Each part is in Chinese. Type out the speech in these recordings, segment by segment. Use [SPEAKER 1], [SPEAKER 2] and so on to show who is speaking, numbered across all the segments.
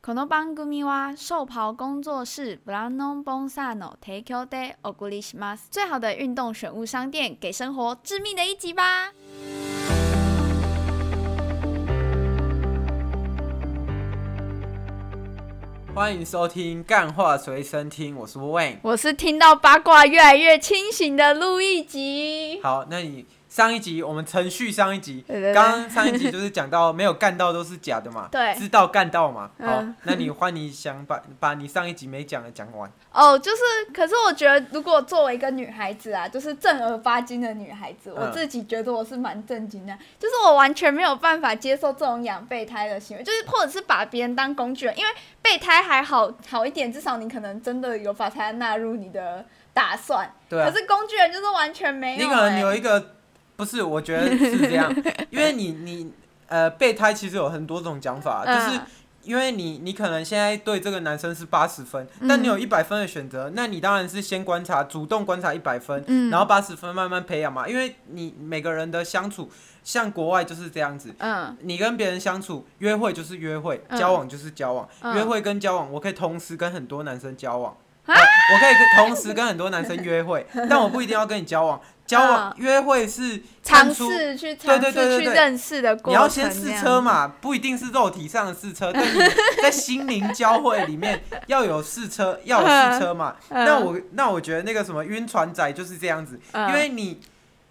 [SPEAKER 1] この番組は寿袍工作室ブランドボンサーの提供でお送りします。最好的运动选物商店，给生活致命的一击吧！
[SPEAKER 2] 欢迎收听《干话随身听》，我是 Wayne。
[SPEAKER 1] 我是听到八卦越来越清醒的陆一吉。
[SPEAKER 2] 好，那你上一集我们程序上一集，
[SPEAKER 1] 对对对
[SPEAKER 2] 刚刚上一集就是讲到没有干到都是假的嘛，
[SPEAKER 1] 对
[SPEAKER 2] 知道干到嘛。好
[SPEAKER 1] 嗯，
[SPEAKER 2] 那你换你想把把你上一集没讲的讲完。
[SPEAKER 1] 哦就是，可是我觉得，如果作为一个女孩子啊，就是正儿八经的女孩子，
[SPEAKER 2] 嗯
[SPEAKER 1] 我自己觉得我是蛮震惊的，就是我完全没有办法接受这种养备胎的行为，就是或者是把别人当工具人，因为备胎还好好一点，至少你可能真的有把它纳入你的打算，
[SPEAKER 2] 对啊
[SPEAKER 1] 可，是工具人就是完全没有、
[SPEAKER 2] 你
[SPEAKER 1] 欸，
[SPEAKER 2] 可能有一个不是，我觉得是这样， 因为你你呃备胎其实有很多种讲法，
[SPEAKER 1] 嗯
[SPEAKER 2] 就是。因为你，你可能现在对这个男生是八十分，
[SPEAKER 1] 嗯
[SPEAKER 2] 但你有一百分的选择，那你当然是先观察，主动观察一百分，
[SPEAKER 1] 嗯
[SPEAKER 2] 然后八十分慢慢培养嘛，因为你每个人的相处，像国外就是这样子，
[SPEAKER 1] 嗯
[SPEAKER 2] 你跟别人相处，约会就是约会，
[SPEAKER 1] 嗯
[SPEAKER 2] 交往就是交往，
[SPEAKER 1] 嗯
[SPEAKER 2] 约会跟交往，我可以同时跟很多男生交往，
[SPEAKER 1] 啊
[SPEAKER 2] 我我可以同时跟很多男生约会，但我不一定要跟你交 往，交往、
[SPEAKER 1] 嗯
[SPEAKER 2] 约会是
[SPEAKER 1] 尝
[SPEAKER 2] 看出
[SPEAKER 1] 试去
[SPEAKER 2] 对
[SPEAKER 1] 尝
[SPEAKER 2] 对
[SPEAKER 1] 试
[SPEAKER 2] 对对
[SPEAKER 1] 去
[SPEAKER 2] 对
[SPEAKER 1] 认识的过程，
[SPEAKER 2] 你要先试车，嘛，不一定是肉体上的试车，但你在心灵交汇里面要有试车，要有试车嘛。
[SPEAKER 1] 嗯
[SPEAKER 2] 那我那我觉得那个什么晕船仔就是这样子，
[SPEAKER 1] 嗯
[SPEAKER 2] 因为你，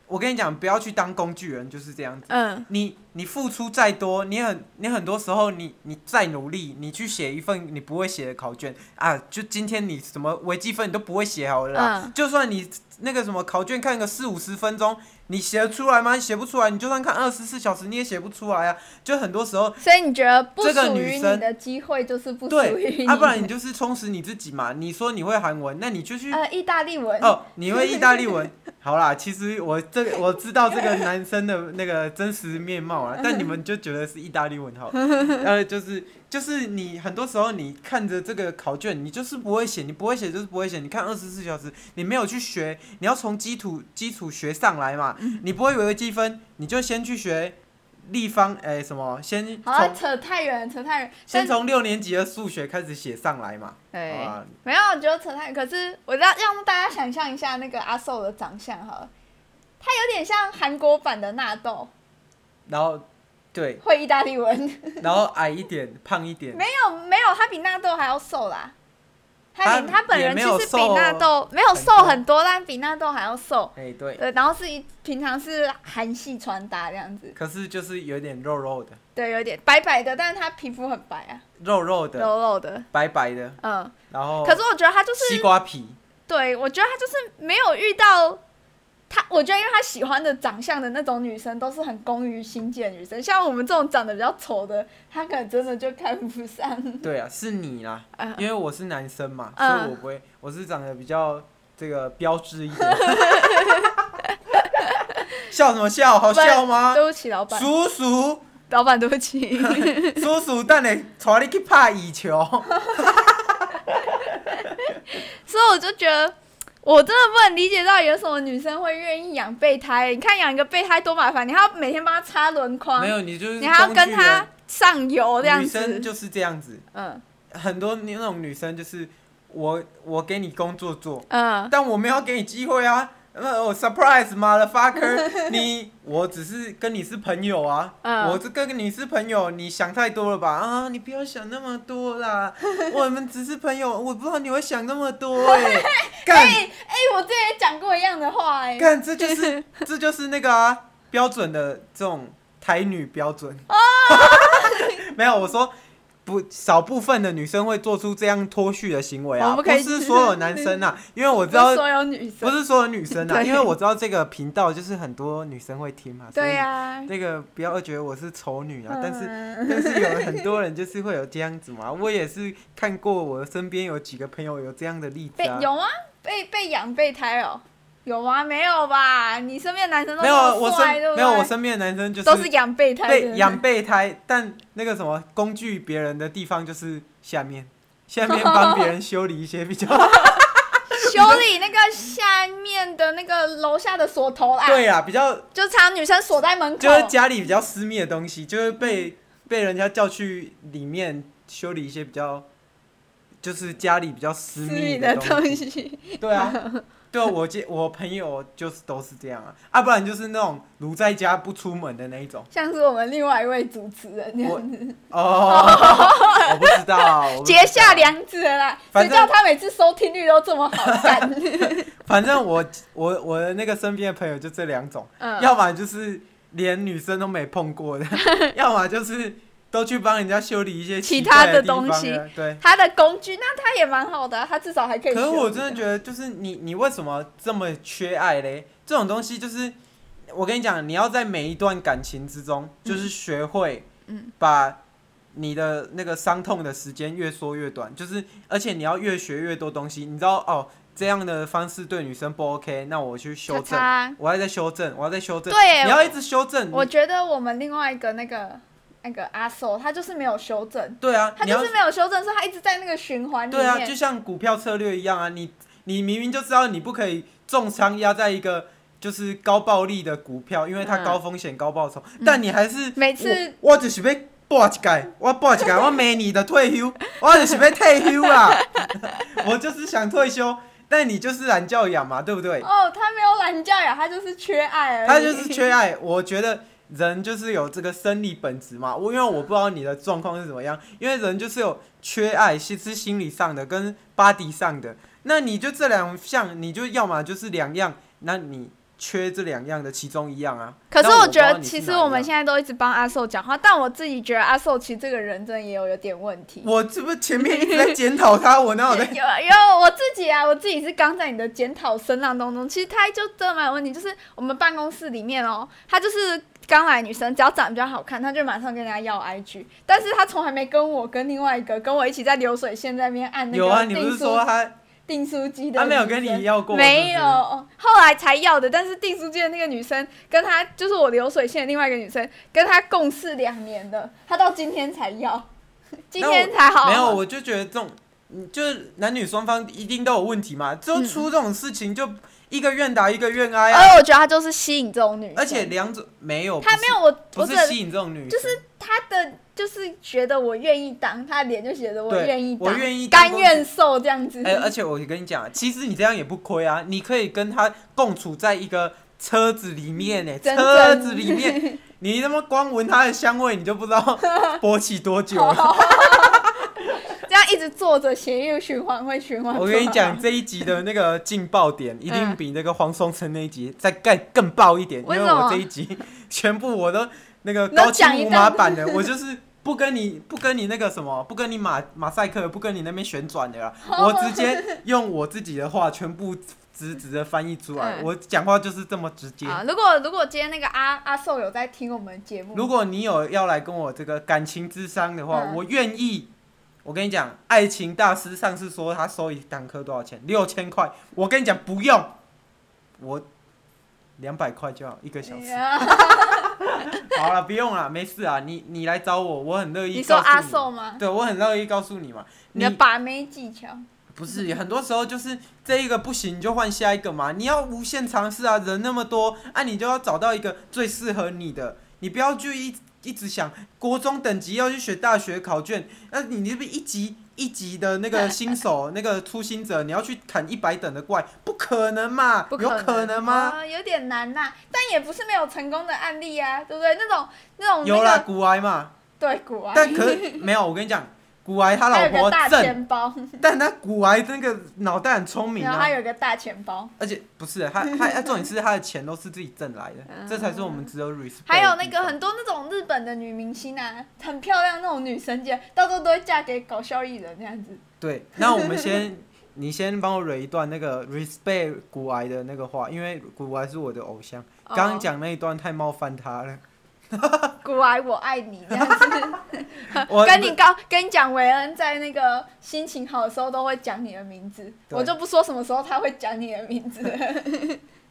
[SPEAKER 2] 我跟你讲，不要去当工具人，就是这样子。
[SPEAKER 1] 嗯
[SPEAKER 2] 你你付出再多，你很你很多时候你你再努力，你去写一份你不会写的考卷啊，就今天你什么微积分你都不会写好了啦。
[SPEAKER 1] 嗯
[SPEAKER 2] 就算你那个什么考卷看个四五十分钟，你写得出来吗？你写不出来，你就算看二十四小时你也写不出来啊。就很多时候
[SPEAKER 1] 所以你觉得不
[SPEAKER 2] 这个
[SPEAKER 1] 属于
[SPEAKER 2] 女
[SPEAKER 1] 你
[SPEAKER 2] 生
[SPEAKER 1] 的机会就是不属于
[SPEAKER 2] 对，
[SPEAKER 1] 你，
[SPEAKER 2] 啊，不然你就是充实你自己嘛。你说你会韩文，那你就去
[SPEAKER 1] 呃，意大利文。
[SPEAKER 2] 哦，你会意大利文？好啦，其实我这个我知道这个男生的那个真实面貌 啊，但你们就觉得是意大利文好了， 呃，就是就是你很多时候你看着这个考卷，你就是不会写，你不会写就是不会写，你看二十四小时，你没有去学，你要从基础基础学上来嘛，
[SPEAKER 1] 嗯
[SPEAKER 2] 你不会微积分，你就先去学立方，哎、什么，先
[SPEAKER 1] 好啊了，
[SPEAKER 2] 从
[SPEAKER 1] 扯太远，扯太远。但
[SPEAKER 2] 先从六年级的数学开始写上来嘛，啊好
[SPEAKER 1] 对，
[SPEAKER 2] 吧
[SPEAKER 1] 没有，我觉得扯太远。可是我让让大家想象一下那个阿寿的长相好了，他有点像韩国版的纳豆，
[SPEAKER 2] 然后对，
[SPEAKER 1] 会意大利 文。
[SPEAKER 2] 然后矮一点，胖一点。
[SPEAKER 1] 没有，没有，他比纳豆还要瘦啦。他比
[SPEAKER 2] 他
[SPEAKER 1] 他本人
[SPEAKER 2] 也没
[SPEAKER 1] 其
[SPEAKER 2] 有
[SPEAKER 1] 实
[SPEAKER 2] 瘦
[SPEAKER 1] 比纳豆没有
[SPEAKER 2] 很
[SPEAKER 1] 瘦
[SPEAKER 2] 多
[SPEAKER 1] 很多，但比纳豆还要瘦。
[SPEAKER 2] 哎、对，
[SPEAKER 1] 对，然后是一平常是韩系穿搭这样子，
[SPEAKER 2] 可是就是有点肉肉的，
[SPEAKER 1] 对，有点白白的，但是他皮肤很白啊，
[SPEAKER 2] 肉肉的，
[SPEAKER 1] 肉肉的，
[SPEAKER 2] 白白的，
[SPEAKER 1] 嗯。
[SPEAKER 2] 然后
[SPEAKER 1] 可是我觉得他就是
[SPEAKER 2] 西瓜皮，
[SPEAKER 1] 对，我觉得他就是没有遇到他，我觉得因为他喜欢的长相的那种女生都是很工于心计的女生，像我们这种长得比较丑的，他可能真的就看不上。
[SPEAKER 2] 对啊，是你啦，
[SPEAKER 1] 嗯
[SPEAKER 2] 因为我是男生嘛，
[SPEAKER 1] 嗯
[SPEAKER 2] 所以我不会，我是长得比较这个标志一 点。笑什么笑？好笑吗？
[SPEAKER 1] 对不起，老板，
[SPEAKER 2] 啊叔叔，
[SPEAKER 1] 老板，对不 起。
[SPEAKER 2] 叔叔，等你带你去拍羽球。
[SPEAKER 1] 哦所以我就觉得，我真的不能理解到有什么女生会愿意养备胎。你看养一个备胎多麻烦，你还要每天帮它擦轮框
[SPEAKER 2] 没，有，你就是
[SPEAKER 1] 你还要
[SPEAKER 2] 工具
[SPEAKER 1] 跟它
[SPEAKER 2] 人
[SPEAKER 1] 上油这样
[SPEAKER 2] 女生
[SPEAKER 1] 子。
[SPEAKER 2] 就是这样子，
[SPEAKER 1] 嗯
[SPEAKER 2] 很多那种女生就是我我给你工作做，
[SPEAKER 1] 嗯
[SPEAKER 2] 但我没有要给你机会啊！呃，我 surprise motherfucker，你 我只是跟你是朋友啊，
[SPEAKER 1] 嗯
[SPEAKER 2] 我这个跟你是朋友，你想太多了吧？啊，你不要想那么多 啦，我们只是朋友，我不知道你会想那么多哎、
[SPEAKER 1] 哎
[SPEAKER 2] 干
[SPEAKER 1] 哎、我之前也讲过一样的话哎、
[SPEAKER 2] 干，这就是这就是那个啊标准的这种台女标准。
[SPEAKER 1] 哦
[SPEAKER 2] 没有，我说不少部分的女生会做出这样脱序的行为
[SPEAKER 1] 我
[SPEAKER 2] 啊，
[SPEAKER 1] 们不
[SPEAKER 2] 不
[SPEAKER 1] 可以
[SPEAKER 2] 是所有男生 啊，因为我知道
[SPEAKER 1] 不是所有女生
[SPEAKER 2] 不是所有女生啊，
[SPEAKER 1] 对
[SPEAKER 2] 因为我知道这个频道就是很多女生会听嘛，
[SPEAKER 1] 对
[SPEAKER 2] 呀、
[SPEAKER 1] 呀、
[SPEAKER 2] 那个不要觉得我是丑女啊，但是
[SPEAKER 1] 嗯
[SPEAKER 2] 但是有很多人就是会有这样子嘛，我也是看过我身边有几个朋友有这样的例子
[SPEAKER 1] 被
[SPEAKER 2] 啊，
[SPEAKER 1] 有吗？被被养备胎哦？有吗？没有吧？你身边的男生都
[SPEAKER 2] 没有啊
[SPEAKER 1] 那么
[SPEAKER 2] 我
[SPEAKER 1] 帅对
[SPEAKER 2] 身
[SPEAKER 1] 不
[SPEAKER 2] 没有我
[SPEAKER 1] 对
[SPEAKER 2] 身边的男生就
[SPEAKER 1] 都是养备胎
[SPEAKER 2] 被
[SPEAKER 1] 的，
[SPEAKER 2] 养备胎，但那个什么工具别人的地方就是下面，下面帮别人修理一些比较
[SPEAKER 1] 修理那个下面的那个楼下的锁头啦。
[SPEAKER 2] 对啊，比较
[SPEAKER 1] 就常女生锁在门口，
[SPEAKER 2] 就是家里比较私密的东西，就是被被人家叫去里面修理一些比较，就是家里比较私
[SPEAKER 1] 私
[SPEAKER 2] 密
[SPEAKER 1] 密的
[SPEAKER 2] 东西。
[SPEAKER 1] 东西，
[SPEAKER 2] 对啊，对啊，我接我朋友就是都是这样啊，啊，不然就是那种如在家不出门的那一种。
[SPEAKER 1] 像是我们另外一位主持人这
[SPEAKER 2] 我
[SPEAKER 1] 样子，
[SPEAKER 2] 哦，我不知道，我不知道
[SPEAKER 1] 结下梁子了啦。
[SPEAKER 2] 反
[SPEAKER 1] 谁
[SPEAKER 2] 正
[SPEAKER 1] 叫他每次收听率都这么好 干？
[SPEAKER 2] 反正我我我的那个身边的朋友就这两种，
[SPEAKER 1] 嗯，
[SPEAKER 2] 要么就是连女生都没 碰过的，要么就是都去帮人家修理一些
[SPEAKER 1] 其
[SPEAKER 2] 奇怪
[SPEAKER 1] 他
[SPEAKER 2] 的
[SPEAKER 1] 的
[SPEAKER 2] 地方
[SPEAKER 1] 东西
[SPEAKER 2] 了。对，
[SPEAKER 1] 他的工具，那他也蛮好的啊，他至少还可以修
[SPEAKER 2] 可
[SPEAKER 1] 理。
[SPEAKER 2] 是我真的觉得，就是你你为什么这么缺爱嘞？这种东西就是，我跟你讲，你要在每一段感情之中，就是学会，
[SPEAKER 1] 嗯，
[SPEAKER 2] 把你的那个伤痛的时间越缩越短，就是而且你要越学越多东西，你知道哦，这样的方式对女生不 OK，那我去修正。
[SPEAKER 1] 他
[SPEAKER 2] 我要再修正，我要再修正。
[SPEAKER 1] 对
[SPEAKER 2] 你要一直修正。
[SPEAKER 1] 我觉得我们另外一个那个那个阿寿，他就是没有修正，
[SPEAKER 2] 对啊，
[SPEAKER 1] 他
[SPEAKER 2] 你
[SPEAKER 1] 就
[SPEAKER 2] 要
[SPEAKER 1] 是没有修正，所以他一直在那个循环里
[SPEAKER 2] 对啊，
[SPEAKER 1] 面。
[SPEAKER 2] 就像股票策略一样啊，你你明明就知道你不可以重仓压在一个就是高暴利的股票，因为它
[SPEAKER 1] 嗯
[SPEAKER 2] 高风险高报酬，但你还是
[SPEAKER 1] 每次
[SPEAKER 2] 我我就是被。博一改，我博一改，我明年的退休， 我就是要退休啦。 我就是想退休，但你就是懒教养嘛，对不对？
[SPEAKER 1] 哦，他没有懒觉呀，他就是缺爱而已。
[SPEAKER 2] 他就是缺爱。我觉得人就是有这个生理本质嘛。我因为我不知道你的状况是怎么样，因为人就是有缺爱，其实是心理上的跟 body 上的。那你就这两项，你就要么就是两样，那你缺这两样的其中一样啊。
[SPEAKER 1] 可是
[SPEAKER 2] 但我
[SPEAKER 1] 觉得，其实我
[SPEAKER 2] 不知道
[SPEAKER 1] 们
[SPEAKER 2] 你是哪
[SPEAKER 1] 现
[SPEAKER 2] 一样
[SPEAKER 1] 在都一直帮阿寿讲话，但我自己觉得阿寿其实这个人真的也有有点问题。
[SPEAKER 2] 我这不前面一直在检讨他，我哪有
[SPEAKER 1] 有
[SPEAKER 2] 在？
[SPEAKER 1] 有我自己啊，我自己是刚在你的检讨声浪当中，其实他就真的蛮有问题，就是我们办公室里面哦，她就是刚来女生，只要长得比较好看，她就马上跟人家要 IG，但是她从还没跟我跟另外一个跟我一起在流水线那边按那
[SPEAKER 2] 有啊，
[SPEAKER 1] 个
[SPEAKER 2] 你不
[SPEAKER 1] 订
[SPEAKER 2] 是
[SPEAKER 1] 书、
[SPEAKER 2] 说他
[SPEAKER 1] 订书机的，
[SPEAKER 2] 他没有跟你。要过？
[SPEAKER 1] 没
[SPEAKER 2] 是
[SPEAKER 1] 有，
[SPEAKER 2] 不是
[SPEAKER 1] 后来才要的。但是订书机的那个女生跟她就是我流水线的另外一个女生，跟她共事两年的，她到今天才要， 今天才好。
[SPEAKER 2] 没有，我就觉得这种，嗯就是男女双方一定都有问题嘛。就出这种事情，就一个愿打一个愿挨啊。
[SPEAKER 1] 而我觉得他就是吸引这种女生，
[SPEAKER 2] 而且两种没有，
[SPEAKER 1] 嗯他
[SPEAKER 2] 不
[SPEAKER 1] 没
[SPEAKER 2] 是
[SPEAKER 1] 有我，
[SPEAKER 2] 不
[SPEAKER 1] 我
[SPEAKER 2] 是
[SPEAKER 1] 只能
[SPEAKER 2] 吸引这种女生，
[SPEAKER 1] 就是他的就是觉得我愿意当，他的脸就写着我
[SPEAKER 2] 对
[SPEAKER 1] 愿意当，
[SPEAKER 2] 我愿意当
[SPEAKER 1] 甘愿受这样子。
[SPEAKER 2] 哎、 而且我跟你讲，其实你这样也不亏啊，你可以跟他共处在一个车子里面呢、
[SPEAKER 1] 嗯真
[SPEAKER 2] 车
[SPEAKER 1] 正
[SPEAKER 2] 子里 面，你他妈光闻它的香味，你就不知道勃起多久啊
[SPEAKER 1] 好
[SPEAKER 2] 了。
[SPEAKER 1] 好，这样一直坐着血液循环会循环。
[SPEAKER 2] 我跟你讲，，这一集的那个劲爆点一定
[SPEAKER 1] 嗯
[SPEAKER 2] 比那个黄松城那一集再更更爆一点，因
[SPEAKER 1] 为
[SPEAKER 2] 为
[SPEAKER 1] 什么
[SPEAKER 2] 我这一集 全部我都那个
[SPEAKER 1] 能
[SPEAKER 2] 高清
[SPEAKER 1] 讲一
[SPEAKER 2] 无码
[SPEAKER 1] 段
[SPEAKER 2] 版的，我就是不跟你不跟你那个什么，不跟你马马赛克，不跟你那边旋 转的啦，我直接用我自己的话全部直直的翻译出来，
[SPEAKER 1] 嗯
[SPEAKER 2] 我讲话就是这么直接。
[SPEAKER 1] 啊，如果如果今天那个阿阿寿有在听我们节目，
[SPEAKER 2] 如果你有要来跟我这个感情智商的话，
[SPEAKER 1] 嗯
[SPEAKER 2] 我愿意。我跟你讲，爱情大师上次说他收一堂课多少钱？六千块。我跟你讲，不用，我两百块就好，一个
[SPEAKER 1] 哎
[SPEAKER 2] 小时。
[SPEAKER 1] 啊
[SPEAKER 2] 好了，不用了，没事啊。你你来找我，我很乐意。
[SPEAKER 1] 你说阿，寿吗？
[SPEAKER 2] 对我很乐意告诉你嘛。
[SPEAKER 1] 你的把妹技巧，
[SPEAKER 2] 不是，很多时候就是这一个不行，你就换下一个嘛。你要无限尝试啊，人那么多，啊，你就要找到一个最适合你的。你不要去一一直想国中等级要去学大学考卷，那、你是不是一级一级的那个 新手、那个初心者，你要去砍一百等的怪，不可能嘛？
[SPEAKER 1] 不
[SPEAKER 2] 有可能吗？
[SPEAKER 1] 啊有点难呐、但也不是没有成功的案例啊，对不对？那种那种、那个、
[SPEAKER 2] 有啦，古癌嘛，
[SPEAKER 1] 对古玩，
[SPEAKER 2] 但可是没有。我跟你讲，古癌他
[SPEAKER 1] 还
[SPEAKER 2] 老
[SPEAKER 1] 有个
[SPEAKER 2] 婆
[SPEAKER 1] 大
[SPEAKER 2] 正，
[SPEAKER 1] 钱包，
[SPEAKER 2] 但他古癌那个脑袋很聪明
[SPEAKER 1] 然后
[SPEAKER 2] 啊
[SPEAKER 1] 还。有个大钱包，
[SPEAKER 2] 而且不是他，他他重点是他的钱都是自己挣来的，
[SPEAKER 1] 嗯
[SPEAKER 2] 这才是我们值得 respect 的地方。
[SPEAKER 1] 还有那个很多那种日本的女明星啊，很漂亮那种女神姐，到时候都会嫁给搞笑艺人那样 子。
[SPEAKER 2] 对，那我们先，你先帮我蕊一段那个 respect 古癌的那个话，因为古癌是我的偶像，刚刚讲那一段太冒犯 他了。
[SPEAKER 1] 哦古埃我爱你这样子，
[SPEAKER 2] 我
[SPEAKER 1] 跟你告 跟你讲，韦恩在那个心情好的时候都会讲你的名字，
[SPEAKER 2] 对
[SPEAKER 1] 我就不说什么时候他会讲你的名 字。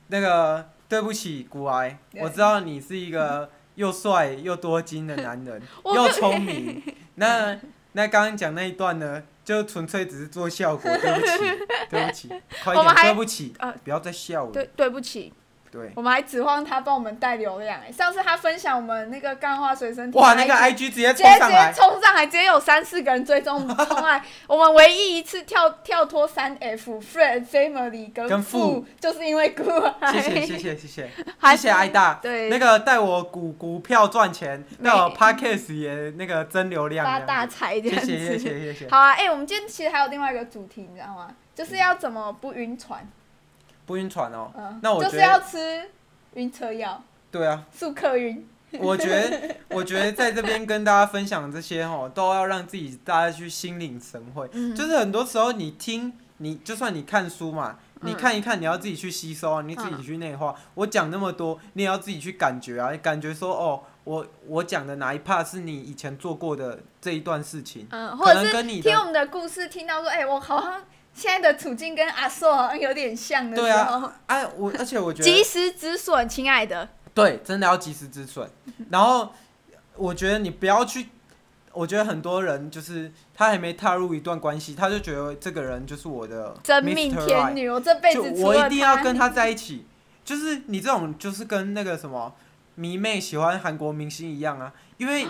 [SPEAKER 2] 那个对不起，古癌，
[SPEAKER 1] 对
[SPEAKER 2] 我知道你是一个又帅又多金的男人，
[SPEAKER 1] 我没有
[SPEAKER 2] 又聪 明。那那刚刚讲那一段呢，就纯粹只是做 效果，对不起，对不起，快
[SPEAKER 1] 我们
[SPEAKER 2] 点，
[SPEAKER 1] 还
[SPEAKER 2] 对不起
[SPEAKER 1] 呃，
[SPEAKER 2] 不要再笑我。
[SPEAKER 1] 对对不起，
[SPEAKER 2] 对，
[SPEAKER 1] 我们还指望他帮我们带流量哎、上次他分享我们那个干话随身听，
[SPEAKER 2] 哇，那个
[SPEAKER 1] IG
[SPEAKER 2] IG 直接
[SPEAKER 1] 直
[SPEAKER 2] 冲
[SPEAKER 1] 接直
[SPEAKER 2] 上
[SPEAKER 1] 接
[SPEAKER 2] 来，
[SPEAKER 1] 冲上来，直接有三四个人追踪我们冲 来。我们唯一一次跳跳脱三 F Fred Family 跟
[SPEAKER 2] 跟
[SPEAKER 1] 富
[SPEAKER 2] 富，
[SPEAKER 1] 就是因为 g o o
[SPEAKER 2] 谢谢谢谢谢谢
[SPEAKER 1] 还
[SPEAKER 2] 谢谢艾大，
[SPEAKER 1] 对
[SPEAKER 2] 那个带我股股票赚钱，
[SPEAKER 1] 没
[SPEAKER 2] 带我 podcast 也那个增流量，
[SPEAKER 1] 发
[SPEAKER 2] 这
[SPEAKER 1] 大
[SPEAKER 2] 样子
[SPEAKER 1] 财这样子。
[SPEAKER 2] 谢谢谢谢谢谢，
[SPEAKER 1] 好啊，哎、我们今天其实还有另外一个主题，你知道吗？就是要怎么不晕船，
[SPEAKER 2] 不晕船哦，
[SPEAKER 1] 嗯，
[SPEAKER 2] 那我
[SPEAKER 1] 就
[SPEAKER 2] 觉
[SPEAKER 1] 是
[SPEAKER 2] 得
[SPEAKER 1] 要吃晕车药，
[SPEAKER 2] 对啊，
[SPEAKER 1] 速克晕。
[SPEAKER 2] 我觉得，我觉得在这边跟大家分享这些哦，都要让自己大家去心领神会。
[SPEAKER 1] 嗯
[SPEAKER 2] 就是很多时候你听，你就算你看书嘛，
[SPEAKER 1] 嗯
[SPEAKER 2] 你看一看，你要自己去吸收啊，你自己去内化。我讲那么多，你也要自己去感觉啊，感觉说哦，我我讲的哪一 part 是你以前做过的这一段事情，
[SPEAKER 1] 嗯，或
[SPEAKER 2] 可
[SPEAKER 1] 者
[SPEAKER 2] 能
[SPEAKER 1] 是
[SPEAKER 2] 跟你
[SPEAKER 1] 听
[SPEAKER 2] 的
[SPEAKER 1] 我们的故事，听到说，哎、我好像现在的处境跟阿硕好像有点像的
[SPEAKER 2] 对
[SPEAKER 1] 时
[SPEAKER 2] 啊
[SPEAKER 1] 候，
[SPEAKER 2] 哎、我而且我觉得
[SPEAKER 1] 及时止损，亲爱的。
[SPEAKER 2] 对，真的要及时止损。然后我觉得你不要去，我觉得很多人就是他还没踏入一段关系，他就觉得这个人就是我的
[SPEAKER 1] 真命
[SPEAKER 2] Mr.
[SPEAKER 1] 天
[SPEAKER 2] Right，
[SPEAKER 1] 女，我这辈
[SPEAKER 2] 就
[SPEAKER 1] 子除
[SPEAKER 2] 我
[SPEAKER 1] 了
[SPEAKER 2] 一定要跟他在一起。 就是你这种就是跟那个什么迷妹喜欢韩国明星一样啊，因 为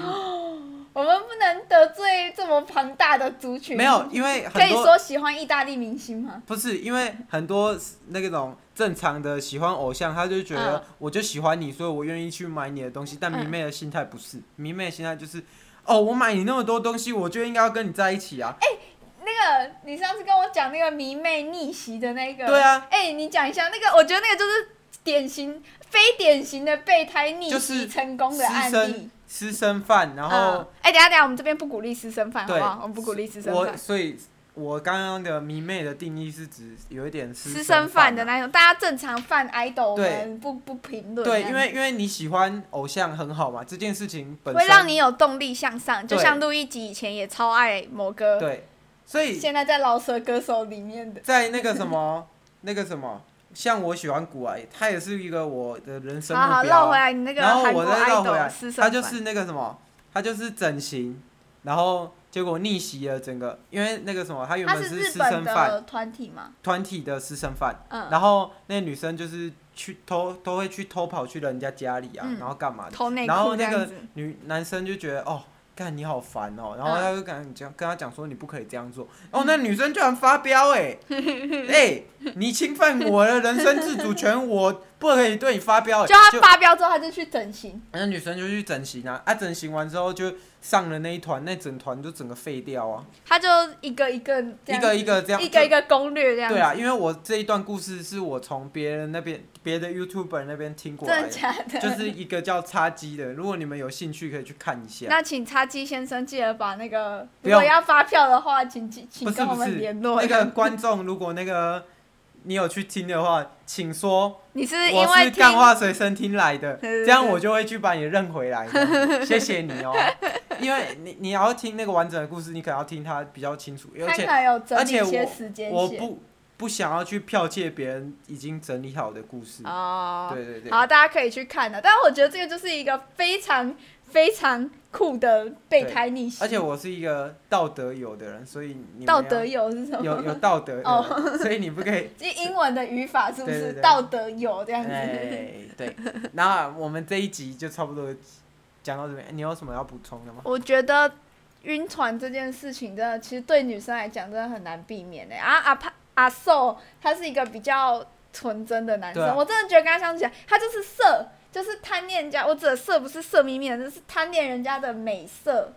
[SPEAKER 1] 我们不能得罪这么庞大的族群。
[SPEAKER 2] 没有，，因为
[SPEAKER 1] 可
[SPEAKER 2] 很
[SPEAKER 1] 以
[SPEAKER 2] 多
[SPEAKER 1] 说喜欢意大利明星吗？
[SPEAKER 2] 不是因为很多那种正常的喜欢偶像，他就觉
[SPEAKER 1] 嗯
[SPEAKER 2] 得我就喜欢你，所以我愿意去买你的东西。但
[SPEAKER 1] 嗯
[SPEAKER 2] 迷妹的心态不是，迷妹的心态就是，哦，我买你那么多东西，我就应该要跟你在一起啊。
[SPEAKER 1] 哎那个，你上次跟我讲那个迷妹逆袭的那个，
[SPEAKER 2] 对啊，
[SPEAKER 1] 哎、你讲一下那个，我觉得那个就是典型非典型的备胎逆
[SPEAKER 2] 就是
[SPEAKER 1] 袭成功的
[SPEAKER 2] 私
[SPEAKER 1] 案
[SPEAKER 2] 生
[SPEAKER 1] 例。
[SPEAKER 2] 私生饭，然后
[SPEAKER 1] 嗯哎、等一下等一下，我们这边不鼓励私生饭，好
[SPEAKER 2] 对
[SPEAKER 1] 不好？我们不鼓励嗯私生
[SPEAKER 2] 我，
[SPEAKER 1] 饭，
[SPEAKER 2] 所以我刚刚的迷妹的定义是指有一点
[SPEAKER 1] 私
[SPEAKER 2] 生
[SPEAKER 1] 生饭
[SPEAKER 2] 啊
[SPEAKER 1] 的那种，大家正常饭 idol，我
[SPEAKER 2] 对
[SPEAKER 1] 们不不评论。
[SPEAKER 2] 对，因为因为你喜欢偶像很好嘛，这件事情本身
[SPEAKER 1] 会让你有动力向上，就
[SPEAKER 2] 对
[SPEAKER 1] 像陆一吉以前也超爱某歌，
[SPEAKER 2] 对，所以
[SPEAKER 1] 现在在饶舌歌手里面的，
[SPEAKER 2] 在那个什么 那个什么，像我喜欢古癌，他也是一个我的人生
[SPEAKER 1] 好好
[SPEAKER 2] 目标
[SPEAKER 1] 绕
[SPEAKER 2] 啊、
[SPEAKER 1] 回来，你那个
[SPEAKER 2] 然后
[SPEAKER 1] 韩
[SPEAKER 2] 我
[SPEAKER 1] 国
[SPEAKER 2] 再绕回
[SPEAKER 1] idol
[SPEAKER 2] 来
[SPEAKER 1] 私，生
[SPEAKER 2] 他
[SPEAKER 1] 饭，
[SPEAKER 2] 就是那个什么，他就是整形，然后结果逆袭了整个，因为那个什么，他原
[SPEAKER 1] 他
[SPEAKER 2] 本
[SPEAKER 1] 是
[SPEAKER 2] 私
[SPEAKER 1] 日
[SPEAKER 2] 生
[SPEAKER 1] 本
[SPEAKER 2] 饭
[SPEAKER 1] 的团体嘛，
[SPEAKER 2] 团体的私生饭，
[SPEAKER 1] 嗯，
[SPEAKER 2] 然后那女生就是去偷都会去偷跑去人家家里啊，
[SPEAKER 1] 嗯
[SPEAKER 2] 然后干嘛的？
[SPEAKER 1] 偷内
[SPEAKER 2] 然
[SPEAKER 1] 裤
[SPEAKER 2] 后
[SPEAKER 1] 这
[SPEAKER 2] 那
[SPEAKER 1] 样
[SPEAKER 2] 个
[SPEAKER 1] 子，
[SPEAKER 2] 女男生就觉得哦，干你好烦哦，然后
[SPEAKER 1] 嗯
[SPEAKER 2] 他就跟讲跟他讲说你不可以这样做，哦，那女生居然发飙 哎、哎、你侵犯我的人身自主权，我不可以对你发飙哎、
[SPEAKER 1] 就他
[SPEAKER 2] 就
[SPEAKER 1] 发飙之后，他就去整形，
[SPEAKER 2] 那女生就去整形啊，啊整形完之后就上了那一团，那整团就整个废掉啊，
[SPEAKER 1] 他就一个一个这样子
[SPEAKER 2] 一个一个这样，
[SPEAKER 1] 一个一个攻略这样，
[SPEAKER 2] 对，啊，因为我这一段故事是我从别人那边别的 YouTuber 那边听过
[SPEAKER 1] 真的
[SPEAKER 2] 来的。
[SPEAKER 1] 假的？
[SPEAKER 2] 就是一个叫叉鸡的，如果你们有兴趣可以去看一下。
[SPEAKER 1] 那请叉鸡先生记得把那个，
[SPEAKER 2] 不
[SPEAKER 1] 如果
[SPEAKER 2] 用
[SPEAKER 1] 要发票的话，请请
[SPEAKER 2] 不
[SPEAKER 1] 请
[SPEAKER 2] 是
[SPEAKER 1] 跟我
[SPEAKER 2] 不是
[SPEAKER 1] 们联络。
[SPEAKER 2] 那个观众，如果那个你有去听的话，请说
[SPEAKER 1] 你是因
[SPEAKER 2] 我
[SPEAKER 1] 为
[SPEAKER 2] 是
[SPEAKER 1] 听
[SPEAKER 2] 干话随身听来的，
[SPEAKER 1] 对对对
[SPEAKER 2] 这样我就会去把你认回来的。谢谢你哦， 因为你你要听那个完整的故事，你可能要听它比较清楚，而
[SPEAKER 1] 他
[SPEAKER 2] 且
[SPEAKER 1] 可能有整
[SPEAKER 2] 而
[SPEAKER 1] 理
[SPEAKER 2] 且
[SPEAKER 1] 一些
[SPEAKER 2] 我
[SPEAKER 1] 时间
[SPEAKER 2] 我
[SPEAKER 1] 线
[SPEAKER 2] 不不想要去剽窃别人已经整理好的故事。
[SPEAKER 1] 哦。
[SPEAKER 2] 嗯对对对，
[SPEAKER 1] 好，大家可以去看啊的。但是我觉得这个就是一个非常非常酷的备胎逆袭，
[SPEAKER 2] 而且我是一个道德有的人，所以你们
[SPEAKER 1] 道
[SPEAKER 2] 要
[SPEAKER 1] 德有是什么？
[SPEAKER 2] 有有道德 的
[SPEAKER 1] 哦
[SPEAKER 2] 人，所以你不可以
[SPEAKER 1] 这英文的语法是不
[SPEAKER 2] 对对
[SPEAKER 1] 是
[SPEAKER 2] 对
[SPEAKER 1] 道德有这样子？
[SPEAKER 2] 哎，对， 那我们这一集就差不多讲到这边，你有什么要补充的吗？
[SPEAKER 1] 我觉得晕船这件事情真的，其实对女生来讲真的很难避免的、啊阿帕阿寿他是一个比较纯真的男生，
[SPEAKER 2] 对啊
[SPEAKER 1] 我真的觉得跟他相处起来，他就是色，就是贪恋人家，我指的色不是色眯眯的，就是贪恋人家的美色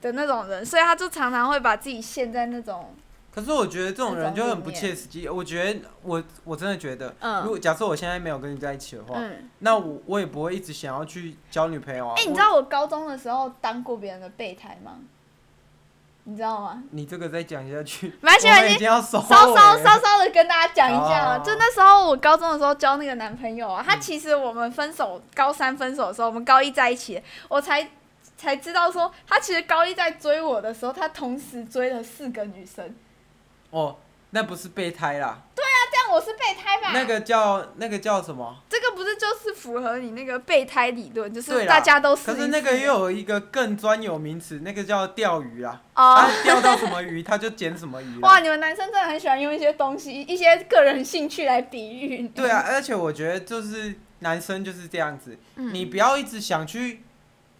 [SPEAKER 1] 的那种人，所以他就常常会把自己陷在那种
[SPEAKER 2] 可是我觉得这种人
[SPEAKER 1] 这
[SPEAKER 2] 就
[SPEAKER 1] 种
[SPEAKER 2] 很不切实际。我觉得我我真的觉得，
[SPEAKER 1] 嗯
[SPEAKER 2] 如果假设我现在没有跟你在一起的话，
[SPEAKER 1] 嗯。
[SPEAKER 2] 那我我也不会一直想要去交女朋友啊。
[SPEAKER 1] 哎、你
[SPEAKER 2] 我
[SPEAKER 1] 知道我高中的时候当过别人的备胎吗？你知道吗？
[SPEAKER 2] 你这个再讲 下去，
[SPEAKER 1] 没关系
[SPEAKER 2] 我
[SPEAKER 1] 没
[SPEAKER 2] 们
[SPEAKER 1] 关
[SPEAKER 2] 已经要收
[SPEAKER 1] 稍
[SPEAKER 2] 尾
[SPEAKER 1] 稍
[SPEAKER 2] 了
[SPEAKER 1] 稍稍的跟大家讲一下啊，
[SPEAKER 2] 哦嗯
[SPEAKER 1] 就那时候我高中的时候交那个男朋友啊，他其实我们分手，高三分手的时候，我们高一在一起，我才才知道说，他其实高一在追我的时候，他同时追了四个女生，
[SPEAKER 2] 哦，那不是备胎啦，
[SPEAKER 1] 但我是备胎吧？
[SPEAKER 2] 那个叫那个叫什么？
[SPEAKER 1] 这个不不是就是符合你那个备胎理论，就是
[SPEAKER 2] 对啦
[SPEAKER 1] 大家都
[SPEAKER 2] 可
[SPEAKER 1] 一
[SPEAKER 2] 是那个
[SPEAKER 1] 次
[SPEAKER 2] 又有一个更专有名词，那个叫钓鱼啊，
[SPEAKER 1] 哦
[SPEAKER 2] 他。钓到什么鱼他就捡什么鱼、啊。
[SPEAKER 1] 哇，你们男生真的很喜欢用一些东西、一些个人兴趣来比喻。
[SPEAKER 2] 对啊，而且我觉得就是男生就是这样子，
[SPEAKER 1] 嗯，
[SPEAKER 2] 你不要一直想去，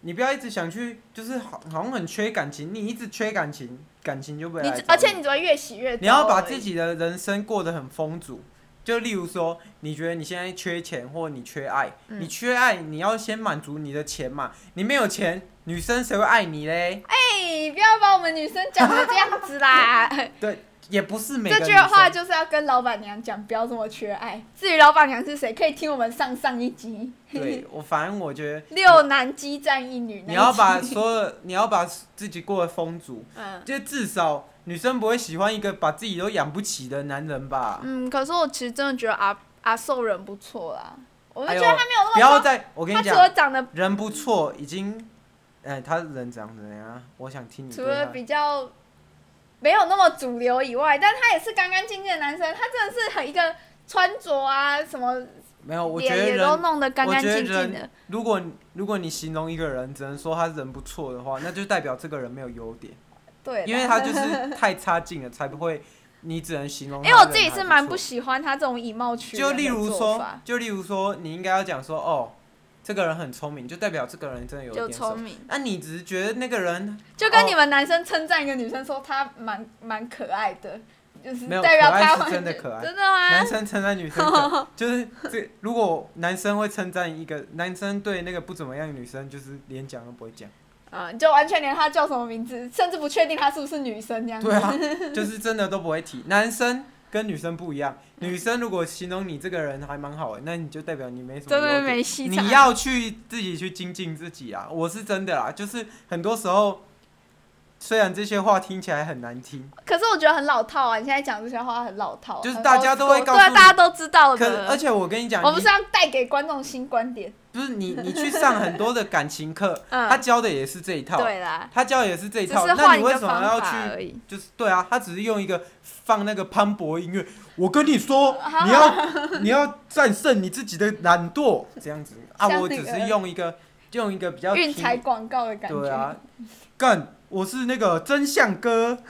[SPEAKER 2] 你不要一直想去，就是好好像很缺感情，你一直缺感情，感情就不会
[SPEAKER 1] 你
[SPEAKER 2] 来
[SPEAKER 1] 而
[SPEAKER 2] 找
[SPEAKER 1] 且你只会越洗越糟而已。
[SPEAKER 2] 你要把自己的人生过得很丰足。就例如说，你觉得你现在缺钱，或你缺爱，
[SPEAKER 1] 嗯
[SPEAKER 2] 你缺爱，你要先满足你的钱嘛。你没有钱，女生谁会爱你嘞？
[SPEAKER 1] 哎，不要把我们女生讲成这样子啦。
[SPEAKER 2] 也不是 每个
[SPEAKER 1] 这
[SPEAKER 2] 女
[SPEAKER 1] 句话
[SPEAKER 2] 生。
[SPEAKER 1] 就是要跟老板娘讲，不要这么缺爱。至于老板娘是谁，可以听我们上上一集
[SPEAKER 2] 对我，反正我 觉得
[SPEAKER 1] 六男激战一女那一集。
[SPEAKER 2] 你要把所有，你要把自己过得丰足，
[SPEAKER 1] 嗯
[SPEAKER 2] 就至少女生不会喜欢一个把自己都养不起的男人吧？
[SPEAKER 1] 嗯，可是我其实真的觉得阿阿寿人不错啦，我就
[SPEAKER 2] 哎
[SPEAKER 1] 觉
[SPEAKER 2] 呦
[SPEAKER 1] 得他没有
[SPEAKER 2] 不
[SPEAKER 1] 那么
[SPEAKER 2] 要
[SPEAKER 1] 糟。
[SPEAKER 2] 再，我跟
[SPEAKER 1] 他
[SPEAKER 2] 你
[SPEAKER 1] 除
[SPEAKER 2] 讲，
[SPEAKER 1] 了长得
[SPEAKER 2] 人不错，已经，哎、他人长怎样啊？我想听你
[SPEAKER 1] 除
[SPEAKER 2] 对
[SPEAKER 1] 了
[SPEAKER 2] 他
[SPEAKER 1] 比较没有那么主流以外，但他也是干干净净的男生，他真的是很一个穿着啊什么
[SPEAKER 2] 没有，我觉
[SPEAKER 1] 脸
[SPEAKER 2] 得
[SPEAKER 1] 也都
[SPEAKER 2] 人，
[SPEAKER 1] 弄得干干净
[SPEAKER 2] 我觉
[SPEAKER 1] 净
[SPEAKER 2] 得
[SPEAKER 1] 的。
[SPEAKER 2] 如果如果你形容一个人，只能说他人不错的话，那就代表这个人没有优点，
[SPEAKER 1] 对啊啦，
[SPEAKER 2] 因为他就是太差劲了，才不会，你只能形容他
[SPEAKER 1] 因为
[SPEAKER 2] 人还
[SPEAKER 1] 我
[SPEAKER 2] 不错。
[SPEAKER 1] 自己是蛮不喜欢他这种以貌取人
[SPEAKER 2] 就
[SPEAKER 1] 的
[SPEAKER 2] 例如
[SPEAKER 1] 做
[SPEAKER 2] 说
[SPEAKER 1] 法，
[SPEAKER 2] 就例如说，你应该要讲说，哦，这个人很聪明，就代表这个人真的有
[SPEAKER 1] 就
[SPEAKER 2] 点什
[SPEAKER 1] 聪
[SPEAKER 2] 么。哦
[SPEAKER 1] 明，
[SPEAKER 2] 那、你只是觉得那个人
[SPEAKER 1] 就跟你们男生称赞一个女生说她蛮蛮可爱的，就是
[SPEAKER 2] 没有
[SPEAKER 1] 代表
[SPEAKER 2] 可爱
[SPEAKER 1] 她
[SPEAKER 2] 是
[SPEAKER 1] 蛮
[SPEAKER 2] 真的可爱
[SPEAKER 1] 真的吗
[SPEAKER 2] 男？生称赞女生 的，就是这如果男生会称赞一个男生对那个不怎么样的女生，就是连讲都不会讲。
[SPEAKER 1] 嗯，就完全连她叫什么名字，甚至不确定她是不是女生这样子。
[SPEAKER 2] 对啊，就是真的都不会提。男生跟女生不一样，
[SPEAKER 1] 嗯
[SPEAKER 2] 女生如果形容你这个人还蛮好的，那你就代表你没什么
[SPEAKER 1] 真的
[SPEAKER 2] 优点。
[SPEAKER 1] 没戏唱。
[SPEAKER 2] 你要去自己去精进自己啊！我是真的啦，就是很多时候，虽然这些话听起来很难听，
[SPEAKER 1] 可是我觉得很老套啊！你现在讲这些话很老套，
[SPEAKER 2] 就是
[SPEAKER 1] 很
[SPEAKER 2] 大家都会
[SPEAKER 1] old school，
[SPEAKER 2] 告诉
[SPEAKER 1] 对啊，
[SPEAKER 2] 你
[SPEAKER 1] 大家都知道
[SPEAKER 2] 可
[SPEAKER 1] 的。
[SPEAKER 2] 而且我跟你讲，
[SPEAKER 1] 我们
[SPEAKER 2] 你
[SPEAKER 1] 是要带给观众新观点。
[SPEAKER 2] 不是你你去上很多的感情课，他
[SPEAKER 1] 嗯，
[SPEAKER 2] 教的也是这一套，
[SPEAKER 1] 对啦，
[SPEAKER 2] 他教的也是这一
[SPEAKER 1] 只
[SPEAKER 2] 套，
[SPEAKER 1] 是
[SPEAKER 2] 那
[SPEAKER 1] 换
[SPEAKER 2] 你
[SPEAKER 1] 一
[SPEAKER 2] 为
[SPEAKER 1] 个
[SPEAKER 2] 什么
[SPEAKER 1] 方
[SPEAKER 2] 要
[SPEAKER 1] 法
[SPEAKER 2] 去？
[SPEAKER 1] 而已。
[SPEAKER 2] 就是对啊，他只是用一个放那个磅礴音乐。我跟你 说，
[SPEAKER 1] 好
[SPEAKER 2] 你要你要战胜你自己的懒惰，这样子啊，
[SPEAKER 1] 像
[SPEAKER 2] 我
[SPEAKER 1] 那
[SPEAKER 2] 只
[SPEAKER 1] 个
[SPEAKER 2] 是用一个用一个比较
[SPEAKER 1] 运
[SPEAKER 2] 平
[SPEAKER 1] 彩广告的感觉。
[SPEAKER 2] 对啊，干，我是那个真相哥。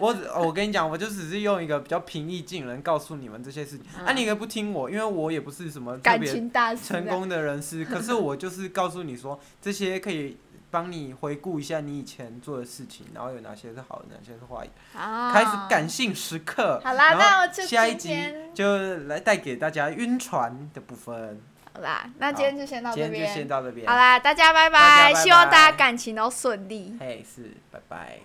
[SPEAKER 2] 我只我跟你讲，我就只是用一个比较平易近人告诉你们这些事情。啊，
[SPEAKER 1] 嗯
[SPEAKER 2] 你可以不听我，因为我也不是什么特
[SPEAKER 1] 感
[SPEAKER 2] 别
[SPEAKER 1] 情大师啊
[SPEAKER 2] 成功的人士，可是我就是告诉你说，这些可以帮你回顾一下你以前做的事情，然后有哪些是好的，哪些是坏的。
[SPEAKER 1] 啊，
[SPEAKER 2] 开始感性时刻。
[SPEAKER 1] 好啦，
[SPEAKER 2] 然后
[SPEAKER 1] 那我就
[SPEAKER 2] 下一
[SPEAKER 1] 今
[SPEAKER 2] 集
[SPEAKER 1] 天
[SPEAKER 2] 就来带给大家晕船的部分，
[SPEAKER 1] 好啦，那今天就先到这
[SPEAKER 2] 今天就先
[SPEAKER 1] 边。
[SPEAKER 2] 到这边
[SPEAKER 1] 好。啦，大家拜
[SPEAKER 2] 大家拜拜
[SPEAKER 1] 希望大家感情都顺利。
[SPEAKER 2] 嘿，是，拜拜。